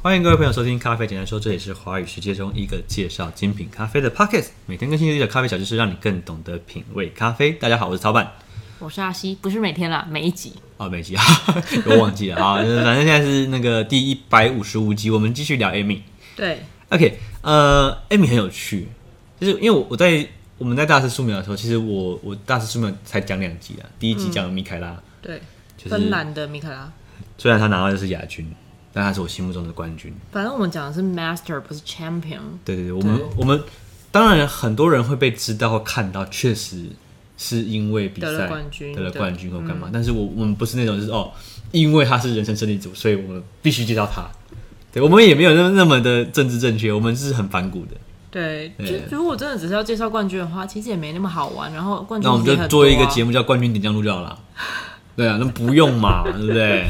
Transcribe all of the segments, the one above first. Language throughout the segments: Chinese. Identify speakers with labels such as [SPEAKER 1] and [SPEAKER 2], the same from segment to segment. [SPEAKER 1] 欢迎各位朋友收听《咖啡简单说》，这里是华语世界中一个介绍精品咖啡的 Pocket，每天更新一个咖啡小知识，让你更懂得品味咖啡。大家好，我是曹板。
[SPEAKER 2] 我是阿西，不是每天啦，每一集。
[SPEAKER 1] 哦，没集啊， 我忘记了啊，反正现在是那个第一百五十五集，我们继续聊 Amy。
[SPEAKER 2] 对，
[SPEAKER 1] OK，呃，Amy 很有趣，就是因为我我在我们在大师素描的时候，其实我我大师素描才讲两集啊，第一集讲米凯拉，
[SPEAKER 2] 对，
[SPEAKER 1] 就是
[SPEAKER 2] 芬兰的米卡拉。
[SPEAKER 1] 虽然他拿到的是亚军，但他是我心目中的冠军。
[SPEAKER 2] 反正我们讲的是 master，不是 champion。
[SPEAKER 1] 对对对，我们我们当然很多人会被知道或看到，确实是因为比赛
[SPEAKER 2] 得了冠军
[SPEAKER 1] 得了
[SPEAKER 2] 对嗯
[SPEAKER 1] 冠军或干嘛。但是我我们不是那种就是哦，因为他是人生胜利组，所以我们必须介绍他。对，我们也没有那那么的政治正确，我们是很反骨的。
[SPEAKER 2] 对，就
[SPEAKER 1] 对
[SPEAKER 2] 如果真的只是要介绍冠军的话，其实也没那么好玩。然后冠军
[SPEAKER 1] 那我们
[SPEAKER 2] 也
[SPEAKER 1] 就
[SPEAKER 2] 很多
[SPEAKER 1] 做
[SPEAKER 2] 啊
[SPEAKER 1] 一个节目叫《冠军点将录》就好了。 对啊，那不用嘛， 对不对？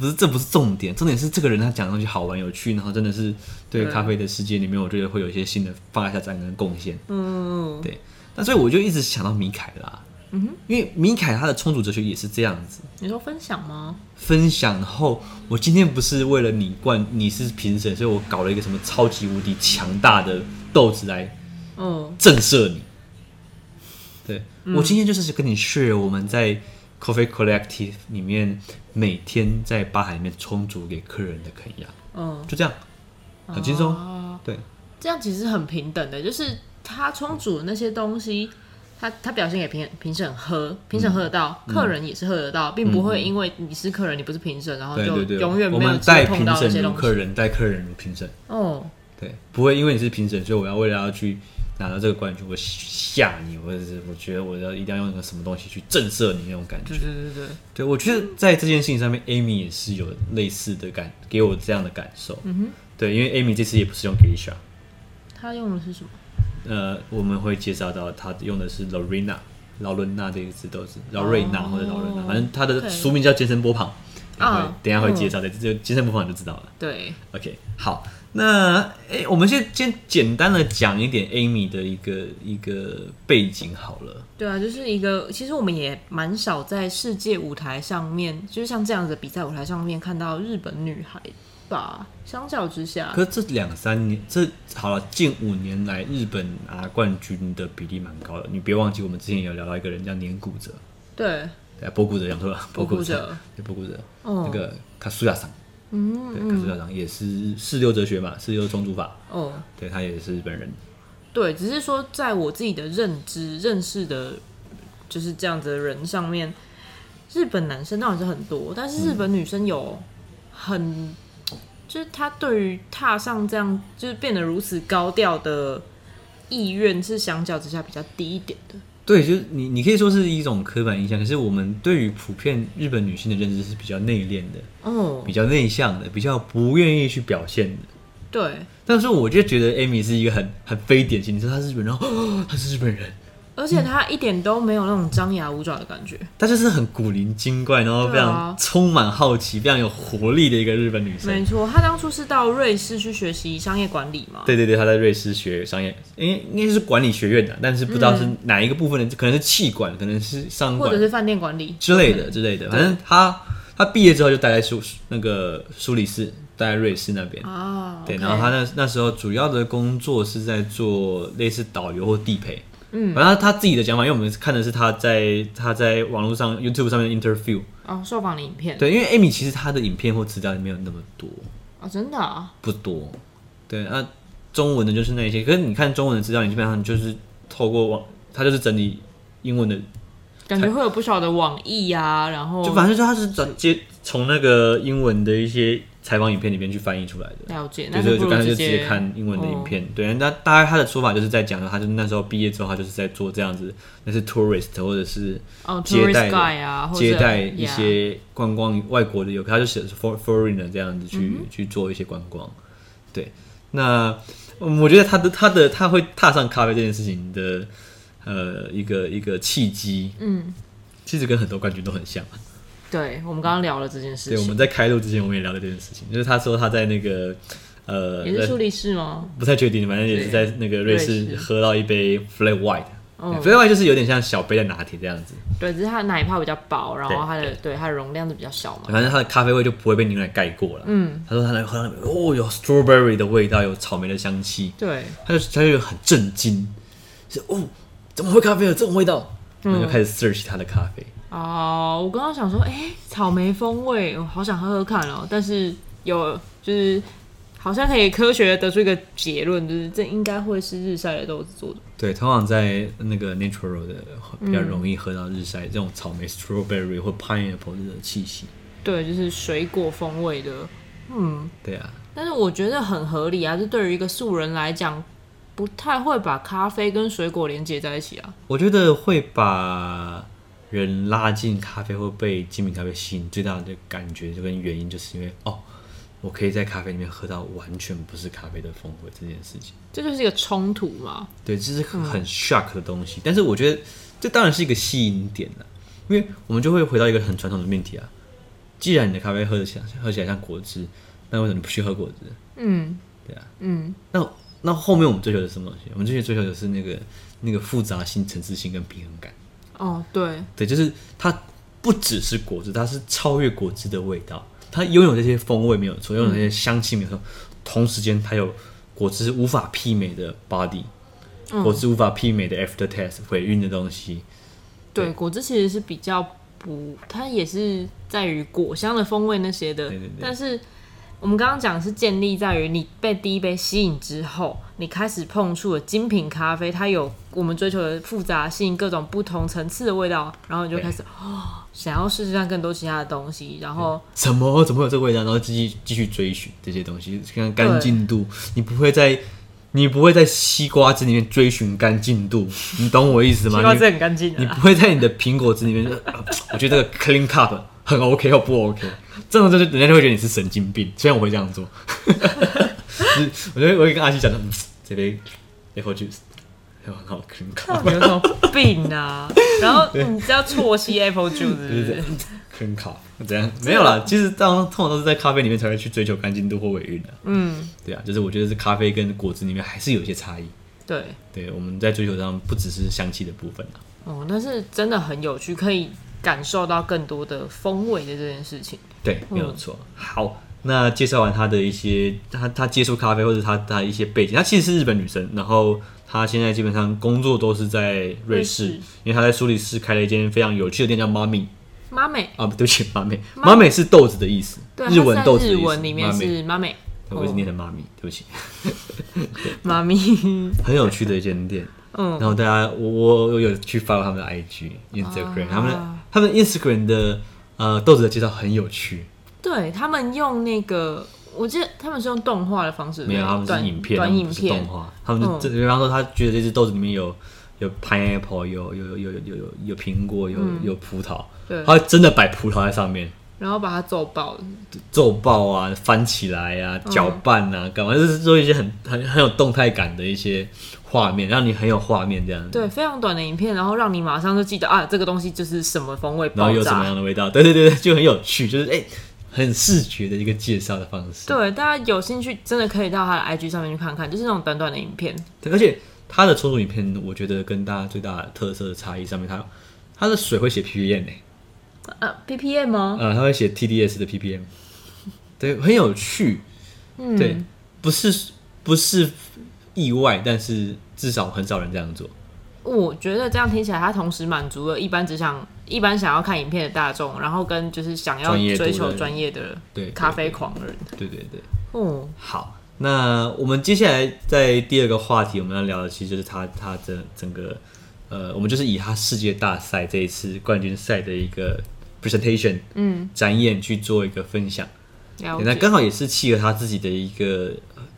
[SPEAKER 1] 不是，这不是重点，重点是这个人他讲的东西好玩有趣，然后真的是对
[SPEAKER 2] 对
[SPEAKER 1] 咖啡的世界里面，我觉得会有一些新的发下展跟贡献。
[SPEAKER 2] 嗯，
[SPEAKER 1] 对，那所以我就一直想到米凯拉，嗯哼，因为米凯他的充足哲学也是这样子，
[SPEAKER 2] 你说分享吗？
[SPEAKER 1] 分享然后，我今天不是为了你冠你是评审，所以我搞了一个什么超级无敌强大的豆子来
[SPEAKER 2] 嗯，
[SPEAKER 1] 震慑你。对、我今天就是跟你 share 我们在 Coffee Collective 里面每天在吧台里面充足给客人的肯亚，
[SPEAKER 2] 嗯，
[SPEAKER 1] 就这样，很轻松。
[SPEAKER 2] 啊
[SPEAKER 1] 对，
[SPEAKER 2] 这样其实很平等的，就是他充足的那些东西，他他表现给评评审喝，评审喝得到，
[SPEAKER 1] 嗯
[SPEAKER 2] 客人也是喝得到，并不会因为你是客人，你不是评审，然后
[SPEAKER 1] 对
[SPEAKER 2] 哦就
[SPEAKER 1] 对对，
[SPEAKER 2] 永远
[SPEAKER 1] 我
[SPEAKER 2] 没有
[SPEAKER 1] 们
[SPEAKER 2] 机会
[SPEAKER 1] 待
[SPEAKER 2] 碰
[SPEAKER 1] 评
[SPEAKER 2] 到那
[SPEAKER 1] 审
[SPEAKER 2] 些
[SPEAKER 1] 如
[SPEAKER 2] 东
[SPEAKER 1] 客
[SPEAKER 2] 西。
[SPEAKER 1] 人，待客人如评审。
[SPEAKER 2] 哦，
[SPEAKER 1] 对，不会因为你是评审，所以我要为了要去拿到这个冠军，我吓你，或者是我觉得我要一定要用个什么东西去震慑你那种感觉。
[SPEAKER 2] 对对对对对。
[SPEAKER 1] 对，我觉得在这件事情上面，Amy 也是有类似的感，给我这样的感受。嗯哼，对，因为 Amy 这次也不是用 Geisha，
[SPEAKER 2] 他用的是什么？
[SPEAKER 1] 呃，我们会介绍到她用的是 Lorena。劳伦娜这一支豆子，劳瑞娜
[SPEAKER 2] 哦
[SPEAKER 1] 或者劳伦娜，反正它
[SPEAKER 2] OK
[SPEAKER 1] 的俗名叫杰森波旁，等一下会
[SPEAKER 2] 啊
[SPEAKER 1] 等一下会
[SPEAKER 2] 嗯
[SPEAKER 1] 介绍的，就杰森波旁你就知道了。
[SPEAKER 2] 对，
[SPEAKER 1] OK，好，那诶、我们先先简单的讲一点 Amy 的一个一个背景好了。
[SPEAKER 2] 对啊，就是一个，其实我们也蛮少在世界舞台上面，就是像这样子的比赛舞台上面看到日本女孩吧。相较之下，
[SPEAKER 1] 可是这两三年，这好了，近五年来日本拿冠军的比例蛮高的。你别忘记，我们之前有聊到一个人叫年谷哲，
[SPEAKER 2] 对，
[SPEAKER 1] 哎，波谷哲讲错了，波
[SPEAKER 2] 博古
[SPEAKER 1] 谷
[SPEAKER 2] 哲
[SPEAKER 1] 哲，对，波谷哲，
[SPEAKER 2] 哦
[SPEAKER 1] 那个卡苏亚桑，
[SPEAKER 2] 嗯，
[SPEAKER 1] 对，卡苏亚桑也是四六哲学嘛，四六中主法，
[SPEAKER 2] 哦，
[SPEAKER 1] 对他也是日本人。
[SPEAKER 2] 对，只是说在我自己的认知、认识的，就是这样子的人上面，日本男生当然是很多，但是日本女生有很，就是她对于踏上这样就是变得如此高调的意愿是相较之下比较低一点的。
[SPEAKER 1] 对，就是你，你可以说是一种刻板印象，可是我们对于普遍日本女性的认知是比较内敛的，
[SPEAKER 2] 哦
[SPEAKER 1] 比，较内向的，比较不愿意去表现的。
[SPEAKER 2] 对，
[SPEAKER 1] 但是我就觉得 Amy 是一个很很非典型，你说她是日本人， 哦，她是日本人，
[SPEAKER 2] 而且他一点都没有那种张牙舞爪的感觉。
[SPEAKER 1] 她就是很古灵精怪，然后非常、
[SPEAKER 2] 对啊
[SPEAKER 1] 充满好奇、非常有活力的一个日本女
[SPEAKER 2] 没
[SPEAKER 1] 生。
[SPEAKER 2] 错，他当初是到瑞士去学习商业管理嘛。
[SPEAKER 1] 对对对，她在瑞士学商业，应该应该是管理学院的，但是不知道是哪一个部分的，可能是气管，可能是商
[SPEAKER 2] 嗯或
[SPEAKER 1] 管
[SPEAKER 2] 者是饭店管理，
[SPEAKER 1] 之类的之类的。反正她她毕业之后就待在苏那个苏黎世，待在瑞士那边。
[SPEAKER 2] 啊，
[SPEAKER 1] 对，
[SPEAKER 2] OK
[SPEAKER 1] 然后他那那时候主要的工作是在做类似导游或地陪，嗯，反正他自己的讲法，因为我们看的是他在他在网络上 YouTube 上面的 interview，
[SPEAKER 2] 哦，受访的影片，
[SPEAKER 1] 对，因为 Amy 其实她的影片或资料没有那么多，
[SPEAKER 2] 哦，真的啊，
[SPEAKER 1] 不多，对，那、中文的就是那一些，可是你看中文的资料，你基本上就是透过网，他就是整理英文的，
[SPEAKER 2] 感觉会有不少的网易啊，然后
[SPEAKER 1] 就反正就他是找接从那个英文的一些采访影片里面去翻译出来的。
[SPEAKER 2] 了解，
[SPEAKER 1] 对
[SPEAKER 2] 那
[SPEAKER 1] 对，
[SPEAKER 2] 不
[SPEAKER 1] 就
[SPEAKER 2] 如
[SPEAKER 1] 刚才就
[SPEAKER 2] 直哦
[SPEAKER 1] 直接看英文的影片。对，那大概他的说法就是在讲，他就那时候毕业之后，他就是在做这样子，那是 tourist 或者是
[SPEAKER 2] 哦，
[SPEAKER 1] 接待
[SPEAKER 2] tourist guide 啊，或者
[SPEAKER 1] 接待一些观光外国的游客，他就写是 for foreigner 这样子
[SPEAKER 2] 嗯
[SPEAKER 1] 去、去做一些观光。对，那嗯我觉得他的他的他会踏上咖啡这件事情的呃一个一个契机，
[SPEAKER 2] 嗯，
[SPEAKER 1] 其实跟很多冠军都很像。
[SPEAKER 2] yeah 对我们刚刚聊了这件事
[SPEAKER 1] 对，我
[SPEAKER 2] 情，
[SPEAKER 1] 们在开录之前我们也聊到这件事情，就是他说他在那个呃
[SPEAKER 2] 也是
[SPEAKER 1] 在
[SPEAKER 2] 苏黎世吗？
[SPEAKER 1] 不太确定，反正也是在那个瑞
[SPEAKER 2] 瑞
[SPEAKER 1] 士
[SPEAKER 2] 士
[SPEAKER 1] 喝到一杯 flat white，
[SPEAKER 2] 嗯，
[SPEAKER 1] 飞外就是有点像小杯的拿铁这样子，
[SPEAKER 2] 对，只是它的奶泡比较薄，然后
[SPEAKER 1] 对
[SPEAKER 2] 它的对它的容量就比较小嘛。
[SPEAKER 1] 反正它的咖啡味就不会被牛奶盖过了。
[SPEAKER 2] 嗯，
[SPEAKER 1] 他说他来喝那边，哦，有 strawberry 的味道，有草莓的香气，
[SPEAKER 2] 对，
[SPEAKER 1] 他就他就很震惊，就是哦，怎么会咖啡有这种味道？
[SPEAKER 2] 嗯
[SPEAKER 1] 然后就开始 search 他的咖啡，
[SPEAKER 2] 哦，我刚刚想说，哎、草莓风味，我好想喝喝看哦。但是有就是好像可以科学地得出一个结论，就是这应该会是日晒的豆子做的。
[SPEAKER 1] 对，通常在那个 natural 的比较容易喝到日晒、这种草莓 strawberry 或 pineapple 这种气息，
[SPEAKER 2] 对，就是水果风味的。
[SPEAKER 1] 对啊，
[SPEAKER 2] 但是我觉得很合理啊，就对于一个素人来讲，不太会把咖啡跟水果连接在一起啊。
[SPEAKER 1] 我觉得会把人拉进咖啡或被精品咖啡吸引最大的感觉就跟原因，就是因为哦，我可以在咖啡里面喝到完全不是咖啡的风味这件事情。
[SPEAKER 2] 这就是一个冲突嘛。
[SPEAKER 1] 对，这是很
[SPEAKER 2] 嗯
[SPEAKER 1] 很 shock 的东西。但是我觉得这当然是一个吸引点了，因为我们就会回到一个很传统的命题啊。既然你的咖啡喝得像喝起来像果汁，那为什么你不去喝果汁？
[SPEAKER 2] 嗯，
[SPEAKER 1] 对啊，
[SPEAKER 2] 嗯，
[SPEAKER 1] 那那后面我们追求的是什么东西？我们追求追求的是那个那个复杂性、层次性跟平衡感。
[SPEAKER 2] 哦，对，
[SPEAKER 1] 对，就是它不只是果汁，它是超越果汁的味道，它拥有这些风味没有错，拥有这
[SPEAKER 2] 嗯
[SPEAKER 1] 些香气没有错，同时间它有果汁无法媲美的 body，、
[SPEAKER 2] 嗯
[SPEAKER 1] 果汁无法媲美的 after taste 回韵的东西，
[SPEAKER 2] 对，果汁其实是比较不，它也是在于果香的风味那些的。
[SPEAKER 1] 对对对
[SPEAKER 2] 但是我们刚刚讲是建立在于你被第一杯吸引之后，你开始碰触了精品咖啡，它有我们追求的复杂性、各种不同层次的味道，然后你就开始哦，想要试试看更多其他的东西，然后
[SPEAKER 1] 怎么怎么会有这个味道？然后继续继续追寻这些东西，看干净度，你不会在。你不会在西瓜汁里面追寻干净度，你懂我意思吗？
[SPEAKER 2] 西瓜
[SPEAKER 1] 你
[SPEAKER 2] 汁很干净的
[SPEAKER 1] 你
[SPEAKER 2] 啦
[SPEAKER 1] 不会在你的苹果汁里面就， 呃我觉得这个 clean cup 很 OK 或不 OK，这种就是人家就会觉得你是神经病。虽然我会这样做， 就是我觉得我会跟阿西讲的，嗯这杯 apple juice 很好 clean cup，
[SPEAKER 2] 有什么病啊？然后你知道错吸 apple juice 是不
[SPEAKER 1] 就是这
[SPEAKER 2] 是
[SPEAKER 1] 样 clean cup 怎样？没有啦，其实当通常都是在咖啡里面才会去追求干净度或尾韵的、
[SPEAKER 2] 嗯，
[SPEAKER 1] 对啊，就是我觉得是咖啡跟果汁里面还是有一些差异。
[SPEAKER 2] 对。
[SPEAKER 1] 对，我们在追求上不只是香气的部分啊。
[SPEAKER 2] 哦，那是真的很有趣，可以感受到更多的风味的这件事情。
[SPEAKER 1] 对，没有错。好，那介绍完她的一些，她她接触咖啡或者她她一些背景，她其实是日本女生，然后她现在基本上工作都是在瑞士，
[SPEAKER 2] 瑞士
[SPEAKER 1] 因为她在苏黎世开了一间非常有趣的店，叫妈咪
[SPEAKER 2] 妈美，
[SPEAKER 1] 啊，不对不起，妈咪，妈咪是豆子的意思，
[SPEAKER 2] 对，
[SPEAKER 1] 日文
[SPEAKER 2] 它在
[SPEAKER 1] 豆子的
[SPEAKER 2] 日
[SPEAKER 1] 意思
[SPEAKER 2] 文里面
[SPEAKER 1] 妈咪
[SPEAKER 2] 是嗯妈美，
[SPEAKER 1] 我一直念成妈咪，对不起，
[SPEAKER 2] 妈咪，
[SPEAKER 1] 很有趣的一间店。
[SPEAKER 2] 嗯，
[SPEAKER 1] 然后大家，我我我有去 follow 他们的 IG、Instagram，、
[SPEAKER 2] 啊
[SPEAKER 1] 他们的他们 Instagram 的呃豆子的介绍很有趣，
[SPEAKER 2] 对他们用那个，我记得他们是用动画的方式，
[SPEAKER 1] 没有，他
[SPEAKER 2] 对不
[SPEAKER 1] 们
[SPEAKER 2] 对
[SPEAKER 1] 是影片，他
[SPEAKER 2] 短
[SPEAKER 1] 们
[SPEAKER 2] 短影
[SPEAKER 1] 不是动
[SPEAKER 2] 片，
[SPEAKER 1] 画。他们就
[SPEAKER 2] 嗯
[SPEAKER 1] 这，比方说，他觉得这只豆子里面有有 pineapple，有有有有有有有苹果，有有葡萄，
[SPEAKER 2] 嗯对，
[SPEAKER 1] 他真的摆葡萄在上面，
[SPEAKER 2] 然后把它揍爆了，
[SPEAKER 1] 皱爆啊，翻起来啊，
[SPEAKER 2] 嗯
[SPEAKER 1] 搅拌啊，干嘛？就是做一些很很很有动态感的一些画面，让你很有画面这样子。
[SPEAKER 2] 对，非常短的影片，然后让你马上就记得啊，这个东西就是什么风味
[SPEAKER 1] 然后
[SPEAKER 2] 爆
[SPEAKER 1] 有什么
[SPEAKER 2] 炸。
[SPEAKER 1] 样的味道？对对对对，就很有趣，就是哎、很视觉的一个介绍的方式。
[SPEAKER 2] 对，大家有兴趣真的可以到他的 IG 上面去看看，就是那种短短的影片，
[SPEAKER 1] 对，而且它的冲煮影片，我觉得跟大家最大的特色的差异上面，它它的水会写 PPM 呢、
[SPEAKER 2] 呃，PPM 吗？
[SPEAKER 1] 呃，他会写 TDS 的 PPM，对，很有趣，
[SPEAKER 2] 嗯，
[SPEAKER 1] 对，不是不是意外，但是至少很少人这样做，
[SPEAKER 2] 我觉得这样听起来，它同时满足了一般只想一般想要看影片的大众，然后跟就是想要
[SPEAKER 1] 专业度的
[SPEAKER 2] 追
[SPEAKER 1] 人
[SPEAKER 2] 求专业的
[SPEAKER 1] 对，
[SPEAKER 2] 咖啡狂人。
[SPEAKER 1] 对，对对对，
[SPEAKER 2] 哦，
[SPEAKER 1] 好，那我们接下来在第二个话题，我们要聊的其实就是他他整整个呃，我们就是以他世界大赛这一次冠军赛的一个 presentation
[SPEAKER 2] 嗯，
[SPEAKER 1] 展演去做一个分享。
[SPEAKER 2] 了
[SPEAKER 1] 对那
[SPEAKER 2] 解。
[SPEAKER 1] 刚好也是契合他自己的一个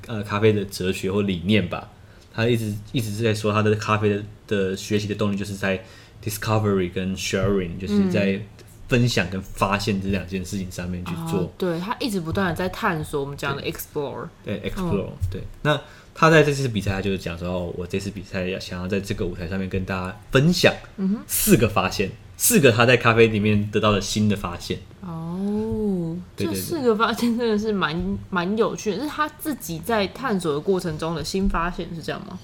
[SPEAKER 1] 呃咖啡的哲学或理念吧。他一直一直在说他的咖啡的的学习的动力就是在 discovery 跟 sharing，就是在分享跟发现这两件事情上面去做、
[SPEAKER 2] 哦、对他一直不断的在探索我们讲的 explore，
[SPEAKER 1] 对 explore、对。
[SPEAKER 2] 哦
[SPEAKER 1] 那他在这次比赛，他就是讲说，哦，我这次比赛要想要在这个舞台上面跟大家分享
[SPEAKER 2] 嗯
[SPEAKER 1] 四个发现，四个他在咖啡里面得到的新的发现。
[SPEAKER 2] 哦，
[SPEAKER 1] 对对
[SPEAKER 2] 这
[SPEAKER 1] 对
[SPEAKER 2] 四个发现真的是蛮蛮有趣的，是他自己在探索的过程中的新发现，是这样吗？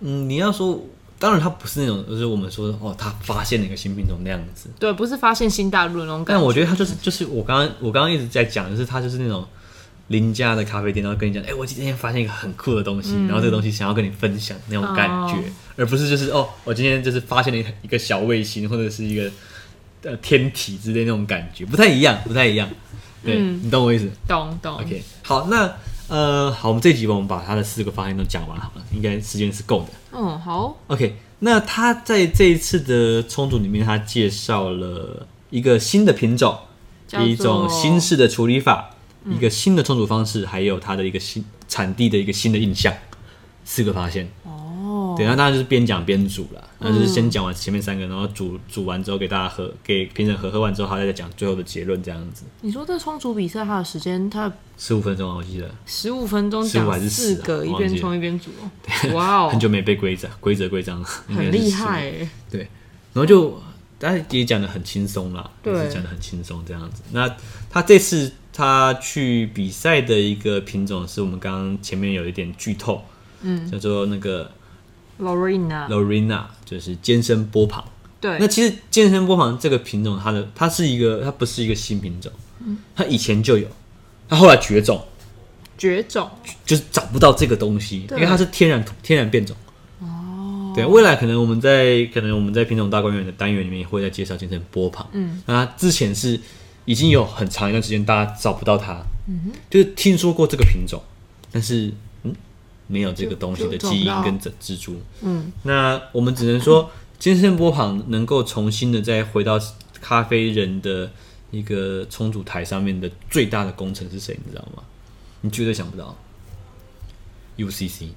[SPEAKER 1] 嗯，你要说当然他不是那种就是我们说的哦，他发现了一个新品种那样子，
[SPEAKER 2] 对，不是发现新大陆的那种感
[SPEAKER 1] 但
[SPEAKER 2] 觉。
[SPEAKER 1] 我觉得他就是就是我刚刚我刚刚一直在讲，就是他就是那种邻家的咖啡店，然后跟你讲，哎、我今天发现一个很酷的东西，然后这个东西想要跟你分享那种感觉，
[SPEAKER 2] 嗯哦
[SPEAKER 1] 而不是就是哦，我今天就是发现了一个一个小卫星或者是一个呃天体之类那种感觉，不太一样，不太一样。对、
[SPEAKER 2] 嗯
[SPEAKER 1] 你懂我意思
[SPEAKER 2] 懂懂
[SPEAKER 1] ？OK，好，那呃，好，我们这集我们把他的四个发现都讲完好了，应该时间是够的。
[SPEAKER 2] 嗯，好，
[SPEAKER 1] OK，那他在这一次的冲突里面，他介绍了一个新的品种，
[SPEAKER 2] 叫做嗯
[SPEAKER 1] 一种新式的处理法，一个新的冲煮方式，还有它的一个新产地的一个新的印象，四个发现。
[SPEAKER 2] 哦，嗯
[SPEAKER 1] 对，那当然就是边讲边煮啦，那就是先讲完前面三个，然后煮煮完之后给大家喝，给评审喝，喝完之后他再讲最后的结论，这样子，
[SPEAKER 2] 你说这冲煮比赛它的时间，它
[SPEAKER 1] 十五分钟啊我记得，
[SPEAKER 2] 十五分钟
[SPEAKER 1] 15还
[SPEAKER 2] 讲
[SPEAKER 1] 是
[SPEAKER 2] 四
[SPEAKER 1] 10啊
[SPEAKER 2] 个，一
[SPEAKER 1] 忘记
[SPEAKER 2] 边
[SPEAKER 1] 了
[SPEAKER 2] 冲一边煮 哦，哇哦，
[SPEAKER 1] 很久没被规则规则规章，应该
[SPEAKER 2] 很
[SPEAKER 1] 是
[SPEAKER 2] 厉
[SPEAKER 1] 15
[SPEAKER 2] 害欸，
[SPEAKER 1] 对，然后就大家也讲的很轻松啦，
[SPEAKER 2] 对
[SPEAKER 1] 也是讲的很轻松这样子。那他这次他去比赛的一个品种是我们刚刚前面有一点剧透，
[SPEAKER 2] 嗯
[SPEAKER 1] 叫做那个
[SPEAKER 2] ，Lorena，
[SPEAKER 1] Lorina，就是尖身波旁。那
[SPEAKER 2] 对，
[SPEAKER 1] 其实尖身波旁这个品种，它的它是一个它不是一个新品种，
[SPEAKER 2] 嗯
[SPEAKER 1] 它以前就有，它后来绝种，
[SPEAKER 2] 绝种，
[SPEAKER 1] 就是找不到这个东西，因
[SPEAKER 2] 对
[SPEAKER 1] 为它是天然天然变种。哦，对，未来可能我们在可能我们在品种大观园的单元里面也会再介绍金城波旁。
[SPEAKER 2] 嗯，
[SPEAKER 1] 那它之前是已经有很长一段时间大家找不到它，嗯，就是听说过这个品种，但是嗯，没有这个东西的
[SPEAKER 2] 就
[SPEAKER 1] 基因
[SPEAKER 2] 找不到
[SPEAKER 1] 跟这蜘蛛。
[SPEAKER 2] 嗯，
[SPEAKER 1] 那我们只能说金城波旁能够重新的再回到咖啡人的一个冲煮台上面的最大的功臣是谁，你知道吗？你绝对想不到。UCC。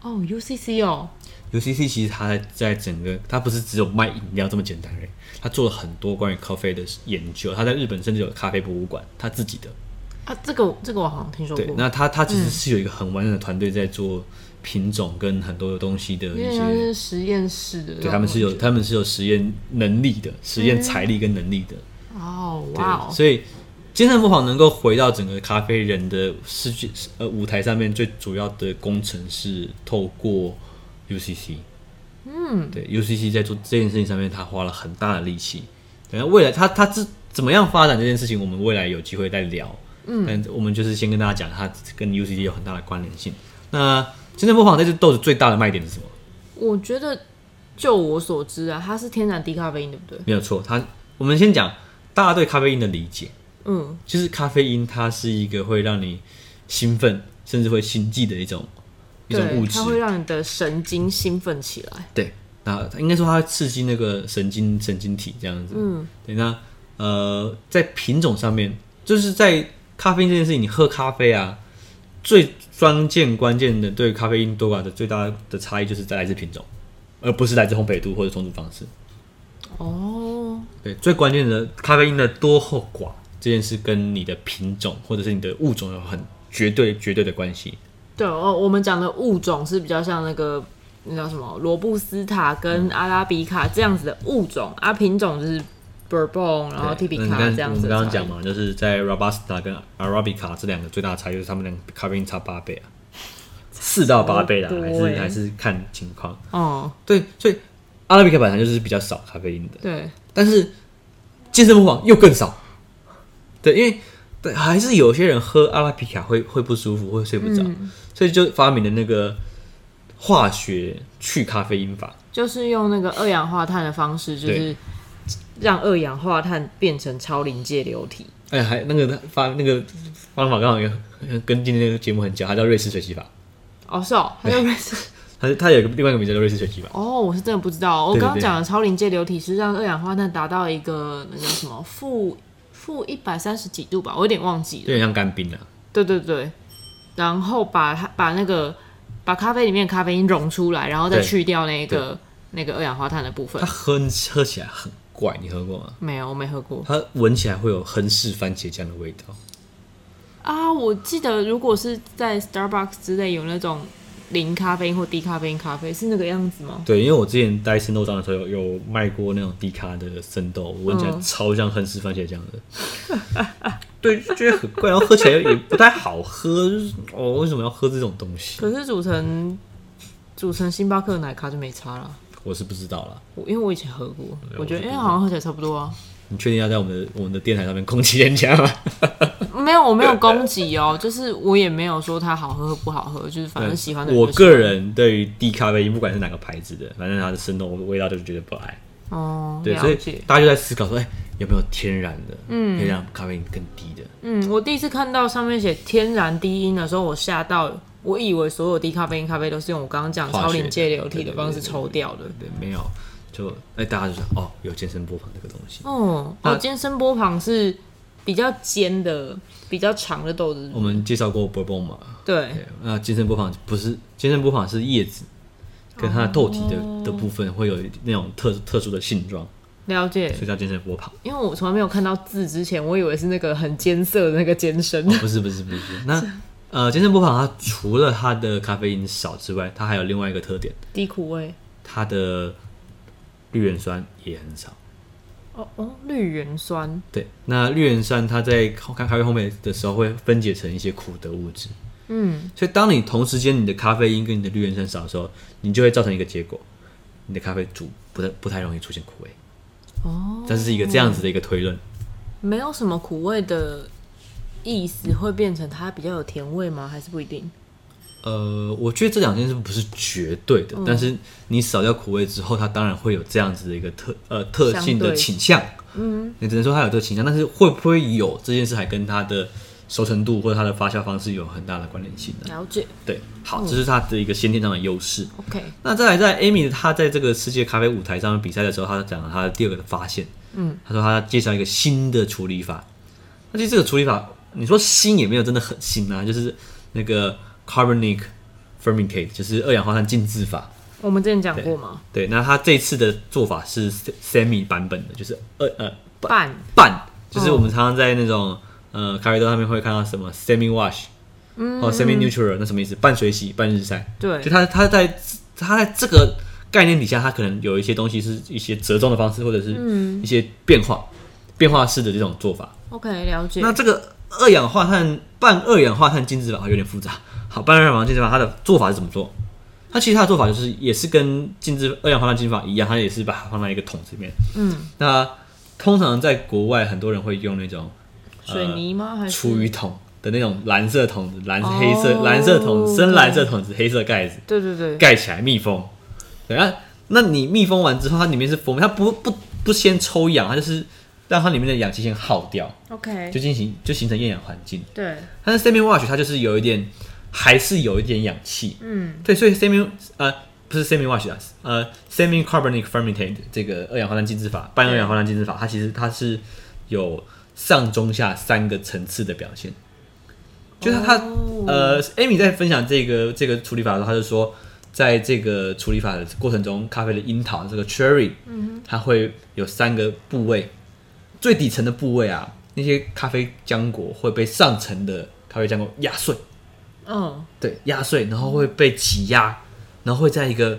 [SPEAKER 2] 哦，UCC 哦，
[SPEAKER 1] UCC 其实它在在整个，它不是只有卖饮料这么简单而已，它做了很多关于咖啡的研究。它在日本甚至有咖啡博物馆，它自己的。
[SPEAKER 2] 啊，这个这个我好像听说
[SPEAKER 1] 对，
[SPEAKER 2] 过，嗯
[SPEAKER 1] 那它它其实是有一个很完整的团队在做品种跟很多的东西的
[SPEAKER 2] 因
[SPEAKER 1] 一
[SPEAKER 2] 为
[SPEAKER 1] 些
[SPEAKER 2] 它。是实验室的那种感觉，
[SPEAKER 1] 对，他们是有他们是有实验能力的，实
[SPEAKER 2] 嗯
[SPEAKER 1] 验财力跟能力的。
[SPEAKER 2] 哦，
[SPEAKER 1] 对
[SPEAKER 2] 哇哦，
[SPEAKER 1] 所以金山模仿能够回到整个咖啡人的世界呃舞台上面，最主要的工程是透过 UCC。嗯，对，UCC 在做这件事情上面，他花了很大的力气。等下未来他他是怎么样发展这件事情，我们未来有机会再聊。嗯，但我们就是先跟大家讲，它跟 UCC 有很大的关联性。那金山模仿这只豆子最大的卖点是什么？
[SPEAKER 2] 我觉得就我所知啊，它是天然低咖啡因，对不对？
[SPEAKER 1] 没有错，它我们先讲大家对咖啡因的理解。
[SPEAKER 2] 嗯，
[SPEAKER 1] 就是咖啡因，它是一个会让你兴奋，甚至会心悸的一种一种物
[SPEAKER 2] 对，
[SPEAKER 1] 质
[SPEAKER 2] 它。会让你的神经兴奋起来。
[SPEAKER 1] 对，那应该说它刺激那个神经神经体这样子。
[SPEAKER 2] 嗯，
[SPEAKER 1] 对，那呃，在品种上面，就是在咖啡因这件事情，你喝咖啡啊，最关键关键的对咖啡因多寡的最大的差异，就是在来自品种，而不是来自烘焙度或者冲煮方式。
[SPEAKER 2] 哦，
[SPEAKER 1] 对，最关键的咖啡因的多或寡这件事，跟你的品种或者是你的物种有很绝对绝对的关系。
[SPEAKER 2] 对哦，我们讲的物种是比较像那个。那叫什么？罗布斯塔
[SPEAKER 1] 嗯
[SPEAKER 2] 跟阿拉比卡这样子的物种啊，品种就是 Bourbon，然后
[SPEAKER 1] 对
[SPEAKER 2] T B
[SPEAKER 1] 那你
[SPEAKER 2] 卡
[SPEAKER 1] 看
[SPEAKER 2] 哦这样
[SPEAKER 1] 我
[SPEAKER 2] 子
[SPEAKER 1] 们
[SPEAKER 2] 的
[SPEAKER 1] 刚刚
[SPEAKER 2] 差异
[SPEAKER 1] 讲嘛，就是在 Robusta 跟 Arabica 这两个最大的差异，就是他们两个咖啡因差八倍啊，四到八倍啦，
[SPEAKER 2] 差不多
[SPEAKER 1] 还
[SPEAKER 2] 欸
[SPEAKER 1] 是还是看情况。
[SPEAKER 2] 哦，
[SPEAKER 1] 对，所以 Arabica 本来就是比较少咖啡因的，
[SPEAKER 2] 对，
[SPEAKER 1] 但是健身模仿又更少。对，因为对还是有些人喝阿拉比卡会会不舒服，会睡不着，所以就发明了那个化学去咖啡因法。
[SPEAKER 2] 就是用那个二氧化碳的方式，就
[SPEAKER 1] 对
[SPEAKER 2] 是让二氧化碳变成超临界流体。
[SPEAKER 1] 哎，还那个发那个方法刚好也跟今天的节目很像，它叫瑞士水洗法。
[SPEAKER 2] 哦，是 哦，它就变成
[SPEAKER 1] 它是它有一个另外一个名字叫瑞士水洗法。
[SPEAKER 2] 哦，我是真的不知道。我
[SPEAKER 1] 对对
[SPEAKER 2] 刚刚
[SPEAKER 1] 对
[SPEAKER 2] 讲的超临界流体是让二氧化碳达到一个那叫什么负负一百三十几度吧，我有点忘记
[SPEAKER 1] 有
[SPEAKER 2] 了。
[SPEAKER 1] 点像干冰啊。
[SPEAKER 2] 对对对，然后把它把那个把咖啡里面的咖啡因溶出来，然后再
[SPEAKER 1] 对
[SPEAKER 2] 去掉那个那个二氧化碳的部分
[SPEAKER 1] 它。喝喝起来很怪，你喝过吗？
[SPEAKER 2] 没有，我没喝过
[SPEAKER 1] 它闻起来会有亨氏番茄酱的味道，
[SPEAKER 2] 啊！我记得如果是在 Starbucks 之类有那种零咖啡因或低咖啡因咖啡，是那个样子吗？
[SPEAKER 1] 对，因为我之前待生豆庄的时候有有卖过那种低咖的生豆，闻起来
[SPEAKER 2] 嗯
[SPEAKER 1] 超像亨氏番茄酱的， 对，就觉得很怪，然后喝起来也不太好喝，就是哦，为什么要喝这种东西？
[SPEAKER 2] 可是煮成煮成星巴克的奶咖就没差了。
[SPEAKER 1] 我是不知道啦。
[SPEAKER 2] 我因为我以前喝过，我觉得
[SPEAKER 1] 我是不知
[SPEAKER 2] 哎、
[SPEAKER 1] 道
[SPEAKER 2] 好像喝起来差不多啊。
[SPEAKER 1] 你确定要在我们的我们的电台上面攻击人家 吗？
[SPEAKER 2] 没有，我没有攻击哦，就是我也没有说它好喝不好喝，就是反正喜欢的人
[SPEAKER 1] 我
[SPEAKER 2] 就喜欢
[SPEAKER 1] 个人对于低咖啡因，不管是哪个牌子的，反正它的生豆味道就觉得不爱。
[SPEAKER 2] 哦，
[SPEAKER 1] 对，所
[SPEAKER 2] 了
[SPEAKER 1] 以
[SPEAKER 2] 解。
[SPEAKER 1] 大家就在思考说，哎、有没有天然的，嗯，可以让咖啡因更低的？
[SPEAKER 2] 嗯，我第一次看到上面写天然低音的时候，我吓到，我以为所有低咖啡因咖啡都是用我刚刚讲
[SPEAKER 1] 化学
[SPEAKER 2] 超临界流体的方式抽掉的。
[SPEAKER 1] 对，没有，就哎、大家就说哦，有健身波旁这个东西。
[SPEAKER 2] 哦，
[SPEAKER 1] 那
[SPEAKER 2] 哦，今天声波旁是比较尖的、比较长的豆子
[SPEAKER 1] 我，们介绍过 bourbon 嘛，
[SPEAKER 2] 对
[SPEAKER 1] 对，那健身波旁不是健身波旁是叶子跟它的豆体的、的部分会有那种特特殊的性状，
[SPEAKER 2] 了解
[SPEAKER 1] 所。以叫健身哦波旁。
[SPEAKER 2] 因为我从来没有看到字之前，我以为是那个很艰涩的那个尖声。
[SPEAKER 1] 哦，不是不是不是，那呃，健身波旁它除了它的咖啡因少之外，它还有另外一个特点，
[SPEAKER 2] 低苦味。
[SPEAKER 1] 它的绿原酸也很少。
[SPEAKER 2] 哦哦，绿原酸。
[SPEAKER 1] 对，那绿原酸它在咖咖啡烘焙的时候会分解成一些苦的物质，
[SPEAKER 2] 嗯，
[SPEAKER 1] 所以当你同时间你的咖啡因跟你的绿原酸少的时候，你就会造成一个结果，你的咖啡煮不太不太容易出现苦味。
[SPEAKER 2] 哦，
[SPEAKER 1] 这是一个这样子的一个推论，
[SPEAKER 2] 没有什么苦味的意思，会变成它比较有甜味吗？还是不一定？
[SPEAKER 1] 呃，我觉得这两件事不是绝对的，
[SPEAKER 2] 嗯
[SPEAKER 1] 但是你少掉苦味之后，它当然会有这样子的一个特呃特性
[SPEAKER 2] 相
[SPEAKER 1] 的
[SPEAKER 2] 对
[SPEAKER 1] 倾向。嗯，你只能说它有这个倾向，但是会不会有这件事，还跟它的熟成度或者它的发酵方式有很大的关联性呢？
[SPEAKER 2] 了解。
[SPEAKER 1] 对，好，这是它的一个先天上的优势。
[SPEAKER 2] OK，
[SPEAKER 1] 那再来，在 Amy 她在这个世界咖啡舞台上面比赛的时候，她讲了她的第二个发现。
[SPEAKER 2] 嗯，
[SPEAKER 1] 她说她介绍一个新的处理法。那其实这个处理法，你说新也没有真的很新啊，就是那个 carbonic fermentate，就是二氧化碳浸渍法。
[SPEAKER 2] 我们之前讲过吗？
[SPEAKER 1] 对，那她这次的做法是 semi 版本的，就是二呃
[SPEAKER 2] 半
[SPEAKER 1] 半，就是我们常常在那种、呃咖啡豆上面会看到什么 semi wash，嗯，或 semi neutral，那什么意思？半水洗，半日晒。
[SPEAKER 2] 对
[SPEAKER 1] 就它它在它在这个概念底下，它可能有一些东西是一些折中的方式，或者是一些变化、变化式的这种做法。
[SPEAKER 2] ，OK，了解。
[SPEAKER 1] 那这个二氧化碳半二氧化碳浸渍法有点复杂。好，半二氧化碳浸渍法它的做法是怎么做？它其实它的做法就是也是跟浸渍二氧化碳浸渍法一样，它也是把它放在一个桶里面。
[SPEAKER 2] 嗯，
[SPEAKER 1] 那通常在国外，很多人会用那种
[SPEAKER 2] 水
[SPEAKER 1] 呃
[SPEAKER 2] 泥吗？还是
[SPEAKER 1] 厨余桶的那种蓝色桶子，蓝黑色、
[SPEAKER 2] 哦
[SPEAKER 1] 蓝色桶子、深蓝色桶子，黑色盖子。
[SPEAKER 2] 对对对，
[SPEAKER 1] 盖起来密封。对啊，那你密封完之后，它里面是封，它不不不先抽氧，它就是让它里面的氧气先耗掉，
[SPEAKER 2] OK，
[SPEAKER 1] 就进行就形成厌氧环境。
[SPEAKER 2] 对，
[SPEAKER 1] 但是 semi wash 它就是有一点，还是有一点氧气。
[SPEAKER 2] 嗯，
[SPEAKER 1] 对，所以 semi 呃不是 semi wash 啊，呃 semi carbonic fermentate 这个二氧化碳浸渍法，半二氧化碳浸渍法，它其实它是有上中下三个层次的表现。就是它它
[SPEAKER 2] 哦
[SPEAKER 1] 呃，Amy 在分享这个这个处理法的时候，她就说，在这个处理法的过程中，咖啡的樱桃这个 cherry，它会有三个部位，最底层的部位啊，那些咖啡浆果会被上层的咖啡浆果压碎，
[SPEAKER 2] 嗯，
[SPEAKER 1] 对，压碎，然后会被挤压，然后会在一个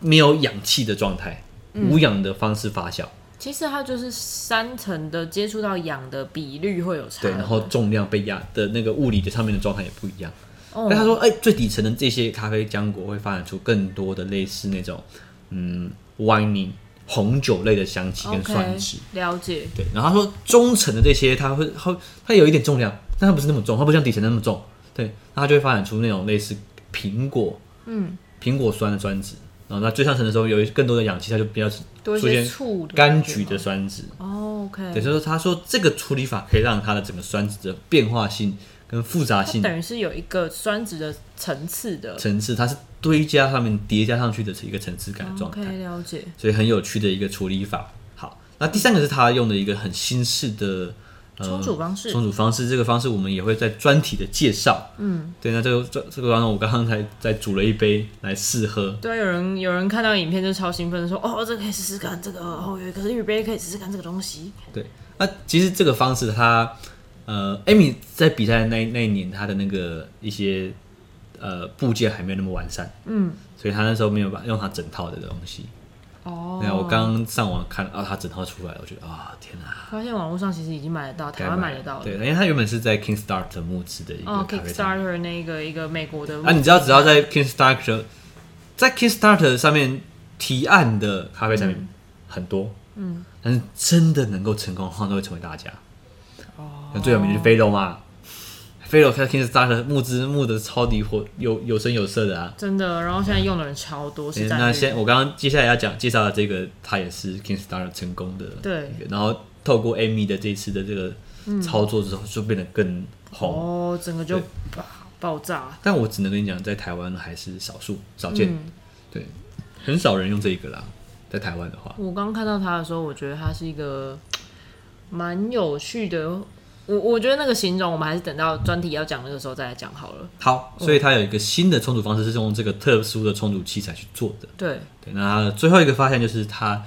[SPEAKER 1] 没有氧气的状态，无氧的方式发酵，
[SPEAKER 2] 其实它就是三层的接触到氧的比率会有差。
[SPEAKER 1] 对，然后重量被压的那个物理的上面的状态也不一样。
[SPEAKER 2] 哦
[SPEAKER 1] 但他说，哎、最底层的这些咖啡浆果会发展出更多的类似那种，嗯，winey 红酒类的香气跟
[SPEAKER 2] OK，
[SPEAKER 1] 酸质。
[SPEAKER 2] 了解，
[SPEAKER 1] 对，然后他说中层的这些，它会它会它有一点重量，但它不是那么重，它不像底层那么重。对，那它就会发展出那种类似苹果
[SPEAKER 2] 嗯，
[SPEAKER 1] 苹果酸的酸质。然后那最上层的时候有更多的氧气，它就比较
[SPEAKER 2] 多一
[SPEAKER 1] 出
[SPEAKER 2] 些
[SPEAKER 1] 现
[SPEAKER 2] 醋的
[SPEAKER 1] 柑
[SPEAKER 2] 感觉
[SPEAKER 1] 橘的
[SPEAKER 2] 吗。
[SPEAKER 1] 酸质。
[SPEAKER 2] 哦，OK，
[SPEAKER 1] 对，所以说他说这个处理法可以让它的整个酸质的变化性跟复杂
[SPEAKER 2] 它
[SPEAKER 1] 性
[SPEAKER 2] 等于是有一个酸值的层次的。
[SPEAKER 1] 层次，它是堆加上面叠加上去的一个层次感的状态
[SPEAKER 2] OK，，了解。
[SPEAKER 1] 所以很有趣的一个处理法。好，那第三个是他用的一个很新式的呃
[SPEAKER 2] 冲煮方式
[SPEAKER 1] 冲煮方式这个方式我们也会在专题的介绍。
[SPEAKER 2] 嗯，
[SPEAKER 1] 对，那这个这这个当中我刚刚才在煮了一杯来试喝，
[SPEAKER 2] 对，啊有人有人看到影片就超兴奋的说：“哦，这个可以试试看，这个哦有一个是预备可以试试看这个东西。
[SPEAKER 1] 对，那其实这个方式它，呃，Amy 在比赛的那一那一年，她的那个一些呃部件还没有那么完善，”
[SPEAKER 2] 嗯，
[SPEAKER 1] 所以她那时候没有把用她整套的东西。
[SPEAKER 2] 哦，
[SPEAKER 1] 对啊，我刚刚上网看啊，它整套出来了，我觉得啊、天哪！
[SPEAKER 2] 发现网络上其实已经买得到，台湾买得到
[SPEAKER 1] 对，
[SPEAKER 2] 的。
[SPEAKER 1] 因为它原本是在 Kickstarter 募资的一个
[SPEAKER 2] 哦
[SPEAKER 1] 咖啡商。啊
[SPEAKER 2] ，Kickstarter 那个一个美国的
[SPEAKER 1] 啊，你知道只要在 Kickstarter 在 Kickstarter 上面提案的咖啡产品很多，
[SPEAKER 2] 嗯，
[SPEAKER 1] 但是真的能够成功的话，都会成为大家。
[SPEAKER 2] 哦
[SPEAKER 1] 那最有名就是飞楼嘛，飞楼开 Kickstarter 募资募的超级火，有有声有色的啊。
[SPEAKER 2] 真的，然后现在用的人超多，是
[SPEAKER 1] 那
[SPEAKER 2] 占
[SPEAKER 1] 先
[SPEAKER 2] 率。
[SPEAKER 1] 我刚刚接下来要讲介绍的这个，它也是 Kickstarter 成功的
[SPEAKER 2] 对
[SPEAKER 1] 一个，然后透过 Amy 的这次的这个操作之后，就变得更红。
[SPEAKER 2] 哦，整个就
[SPEAKER 1] 对
[SPEAKER 2] 哇爆炸，
[SPEAKER 1] 但我只能跟你讲，在台湾还是少数少见，
[SPEAKER 2] 嗯。
[SPEAKER 1] 对，很少人用这个啦。在台湾的话，
[SPEAKER 2] 我刚看到他的时候，我觉得他是一个蛮有趣的。我我觉得那个形容，我们还是等到专题要讲那个时候再来讲好了。
[SPEAKER 1] 好，所以它有一个新的冲煮方式，是用这个特殊的冲煮器材去做的。
[SPEAKER 2] 对，
[SPEAKER 1] 对，那他的最后一个发现就是他，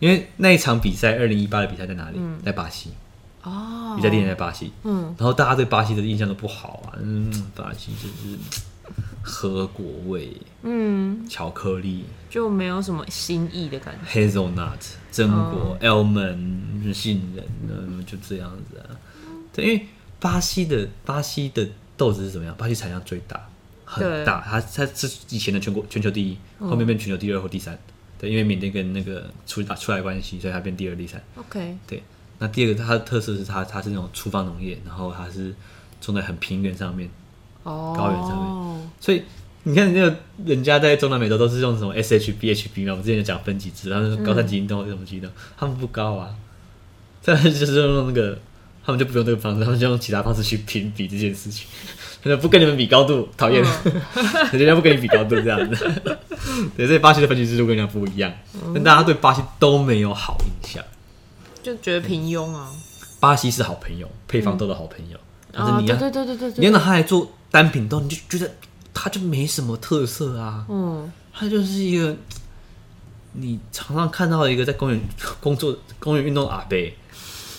[SPEAKER 1] 因为那一场比赛，二零一八的比赛在哪里？
[SPEAKER 2] 嗯
[SPEAKER 1] 在巴西，
[SPEAKER 2] 哦，
[SPEAKER 1] 比赛地点在巴西。
[SPEAKER 2] 嗯，
[SPEAKER 1] 然后大家对巴西的印象都不好啊，嗯，巴西就是喝果味、
[SPEAKER 2] 嗯，
[SPEAKER 1] 巧克力、
[SPEAKER 2] 就没有什么新意的感觉。
[SPEAKER 1] hazelnut、榛
[SPEAKER 2] 哦
[SPEAKER 1] 果、almond、杏仁，嗯，就这样子啊。对，因为巴西的巴西的豆子是怎么样？巴西产量最大，很
[SPEAKER 2] 对嗯
[SPEAKER 1] 大，它它是以前的全国全球第一，后面变全球第二或第三。对，因为缅甸跟那个出打出来关系，所以它变第二、第三。
[SPEAKER 2] OK，
[SPEAKER 1] 对，那第二个它的特色是它它是那种厨房农业，然后它是种在很平原上面，
[SPEAKER 2] 哦，
[SPEAKER 1] 高原上面所以你看，那个人家在中南美洲都是用什么 SHB、HB 嘛，我们之前有讲分级制，他们说高山基因动物什么基因动物，他们不高啊，他们就是用那个，他们就不用这个方式，他们就用其他方式去评比这件事情， 他说不跟你们比高度，讨厌， 人家不跟你比高度这样子， 对，所以巴西的分级制度跟人家不一样，但大家对巴西都没有好印象，
[SPEAKER 2] 就觉得平庸啊。
[SPEAKER 1] 巴西是好朋友，配方豆的好朋友，但
[SPEAKER 2] 啊，
[SPEAKER 1] 是你要、
[SPEAKER 2] 对对对对对
[SPEAKER 1] 你
[SPEAKER 2] 对，
[SPEAKER 1] 要拿它来做单品豆，你就觉得它就没什么特色啊，
[SPEAKER 2] 嗯，
[SPEAKER 1] 它就是一个你常常看到的一个在公园工作、公园运动的阿伯，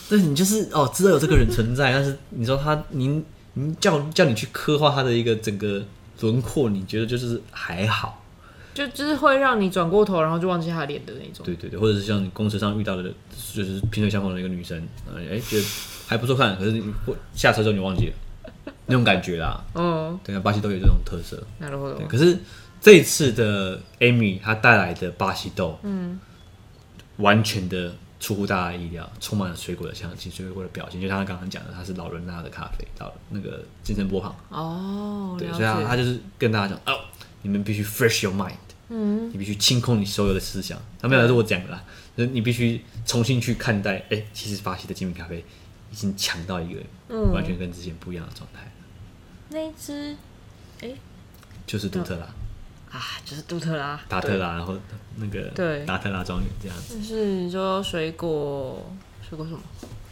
[SPEAKER 1] 对你就是哦，知道有这个人存在，但是你说他，您您叫叫你去刻画他的一个整个轮廓，你觉得就是还好，
[SPEAKER 2] 就就是会让你转过头，然后就忘记他的脸的那种。
[SPEAKER 1] 对对对，或者是像你公车上遇到的，就是萍水相逢的一个女生，呃哎，觉得还不错看，可是你过下车之后你忘记了那种感觉啦，
[SPEAKER 2] 嗯，
[SPEAKER 1] 对啊，巴西都有这种特色，
[SPEAKER 2] なるほ
[SPEAKER 1] 对，
[SPEAKER 2] ど。
[SPEAKER 1] 可是这一次的 Amy 她带来的巴西豆，
[SPEAKER 2] 嗯，
[SPEAKER 1] 完全的出乎大家意料，充满了水果的香气，水果的表现，就像他刚刚讲的，它是老人拉的咖啡，老那个精神波旁，
[SPEAKER 2] 哦，
[SPEAKER 1] 对，
[SPEAKER 2] 了
[SPEAKER 1] 所以啊他他
[SPEAKER 2] 解。
[SPEAKER 1] 就是跟大家讲哦，你们必须 fresh your mind，
[SPEAKER 2] 嗯，
[SPEAKER 1] 你必须清空你所有的思想。他没有来是我讲的啦，就是你必须重新去看待，哎、其实巴西的精品咖啡已经强到一个
[SPEAKER 2] 嗯
[SPEAKER 1] 完全跟之前不一样的状态，
[SPEAKER 2] 那一只
[SPEAKER 1] 就是杜特拉、
[SPEAKER 2] 啊，就是杜特拉，
[SPEAKER 1] 达特拉，然后那个
[SPEAKER 2] 对
[SPEAKER 1] 达特拉庄园这样子。
[SPEAKER 2] 就是你说水果，水果什么？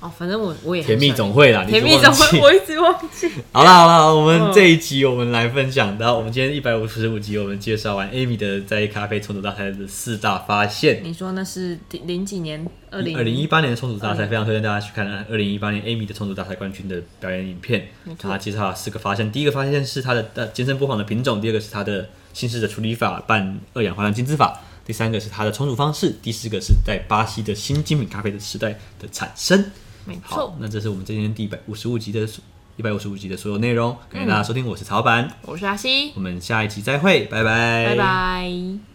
[SPEAKER 2] 哦，反正我我也很
[SPEAKER 1] 甜蜜
[SPEAKER 2] 喜欢
[SPEAKER 1] 总会啦，你
[SPEAKER 2] 甜
[SPEAKER 1] 是
[SPEAKER 2] 蜜总
[SPEAKER 1] 忘记
[SPEAKER 2] 会， 我一直忘记。
[SPEAKER 1] 好啦好啦，我们
[SPEAKER 2] 嗯
[SPEAKER 1] 这一集我们来分享到，我们今天一百五十五集，我们介绍完 Amy 的在咖啡冲煮大赛的四大发现。
[SPEAKER 2] 你说那是第零几年？二零
[SPEAKER 1] 二零一八年的冲煮大赛，非常推荐大家去看呃二零一八年 Amy 的冲煮大赛冠军的表演影片。
[SPEAKER 2] 错
[SPEAKER 1] 他介绍了四个发现，第一个发现是它的呃健身波旁的品种，第二个是它的新式的处理法半二氧化碳浸渍法，第三个是它的冲煮方式，第四个是在巴西的新精品咖啡的时代的产生。
[SPEAKER 2] 没
[SPEAKER 1] 好
[SPEAKER 2] 错，，
[SPEAKER 1] 那这是我们今天第一百五十五集的一百五十五集的所有内容，感谢大家收听，我是曹板，
[SPEAKER 2] 我是阿西，
[SPEAKER 1] 我们下一集再会，拜拜，
[SPEAKER 2] 拜拜。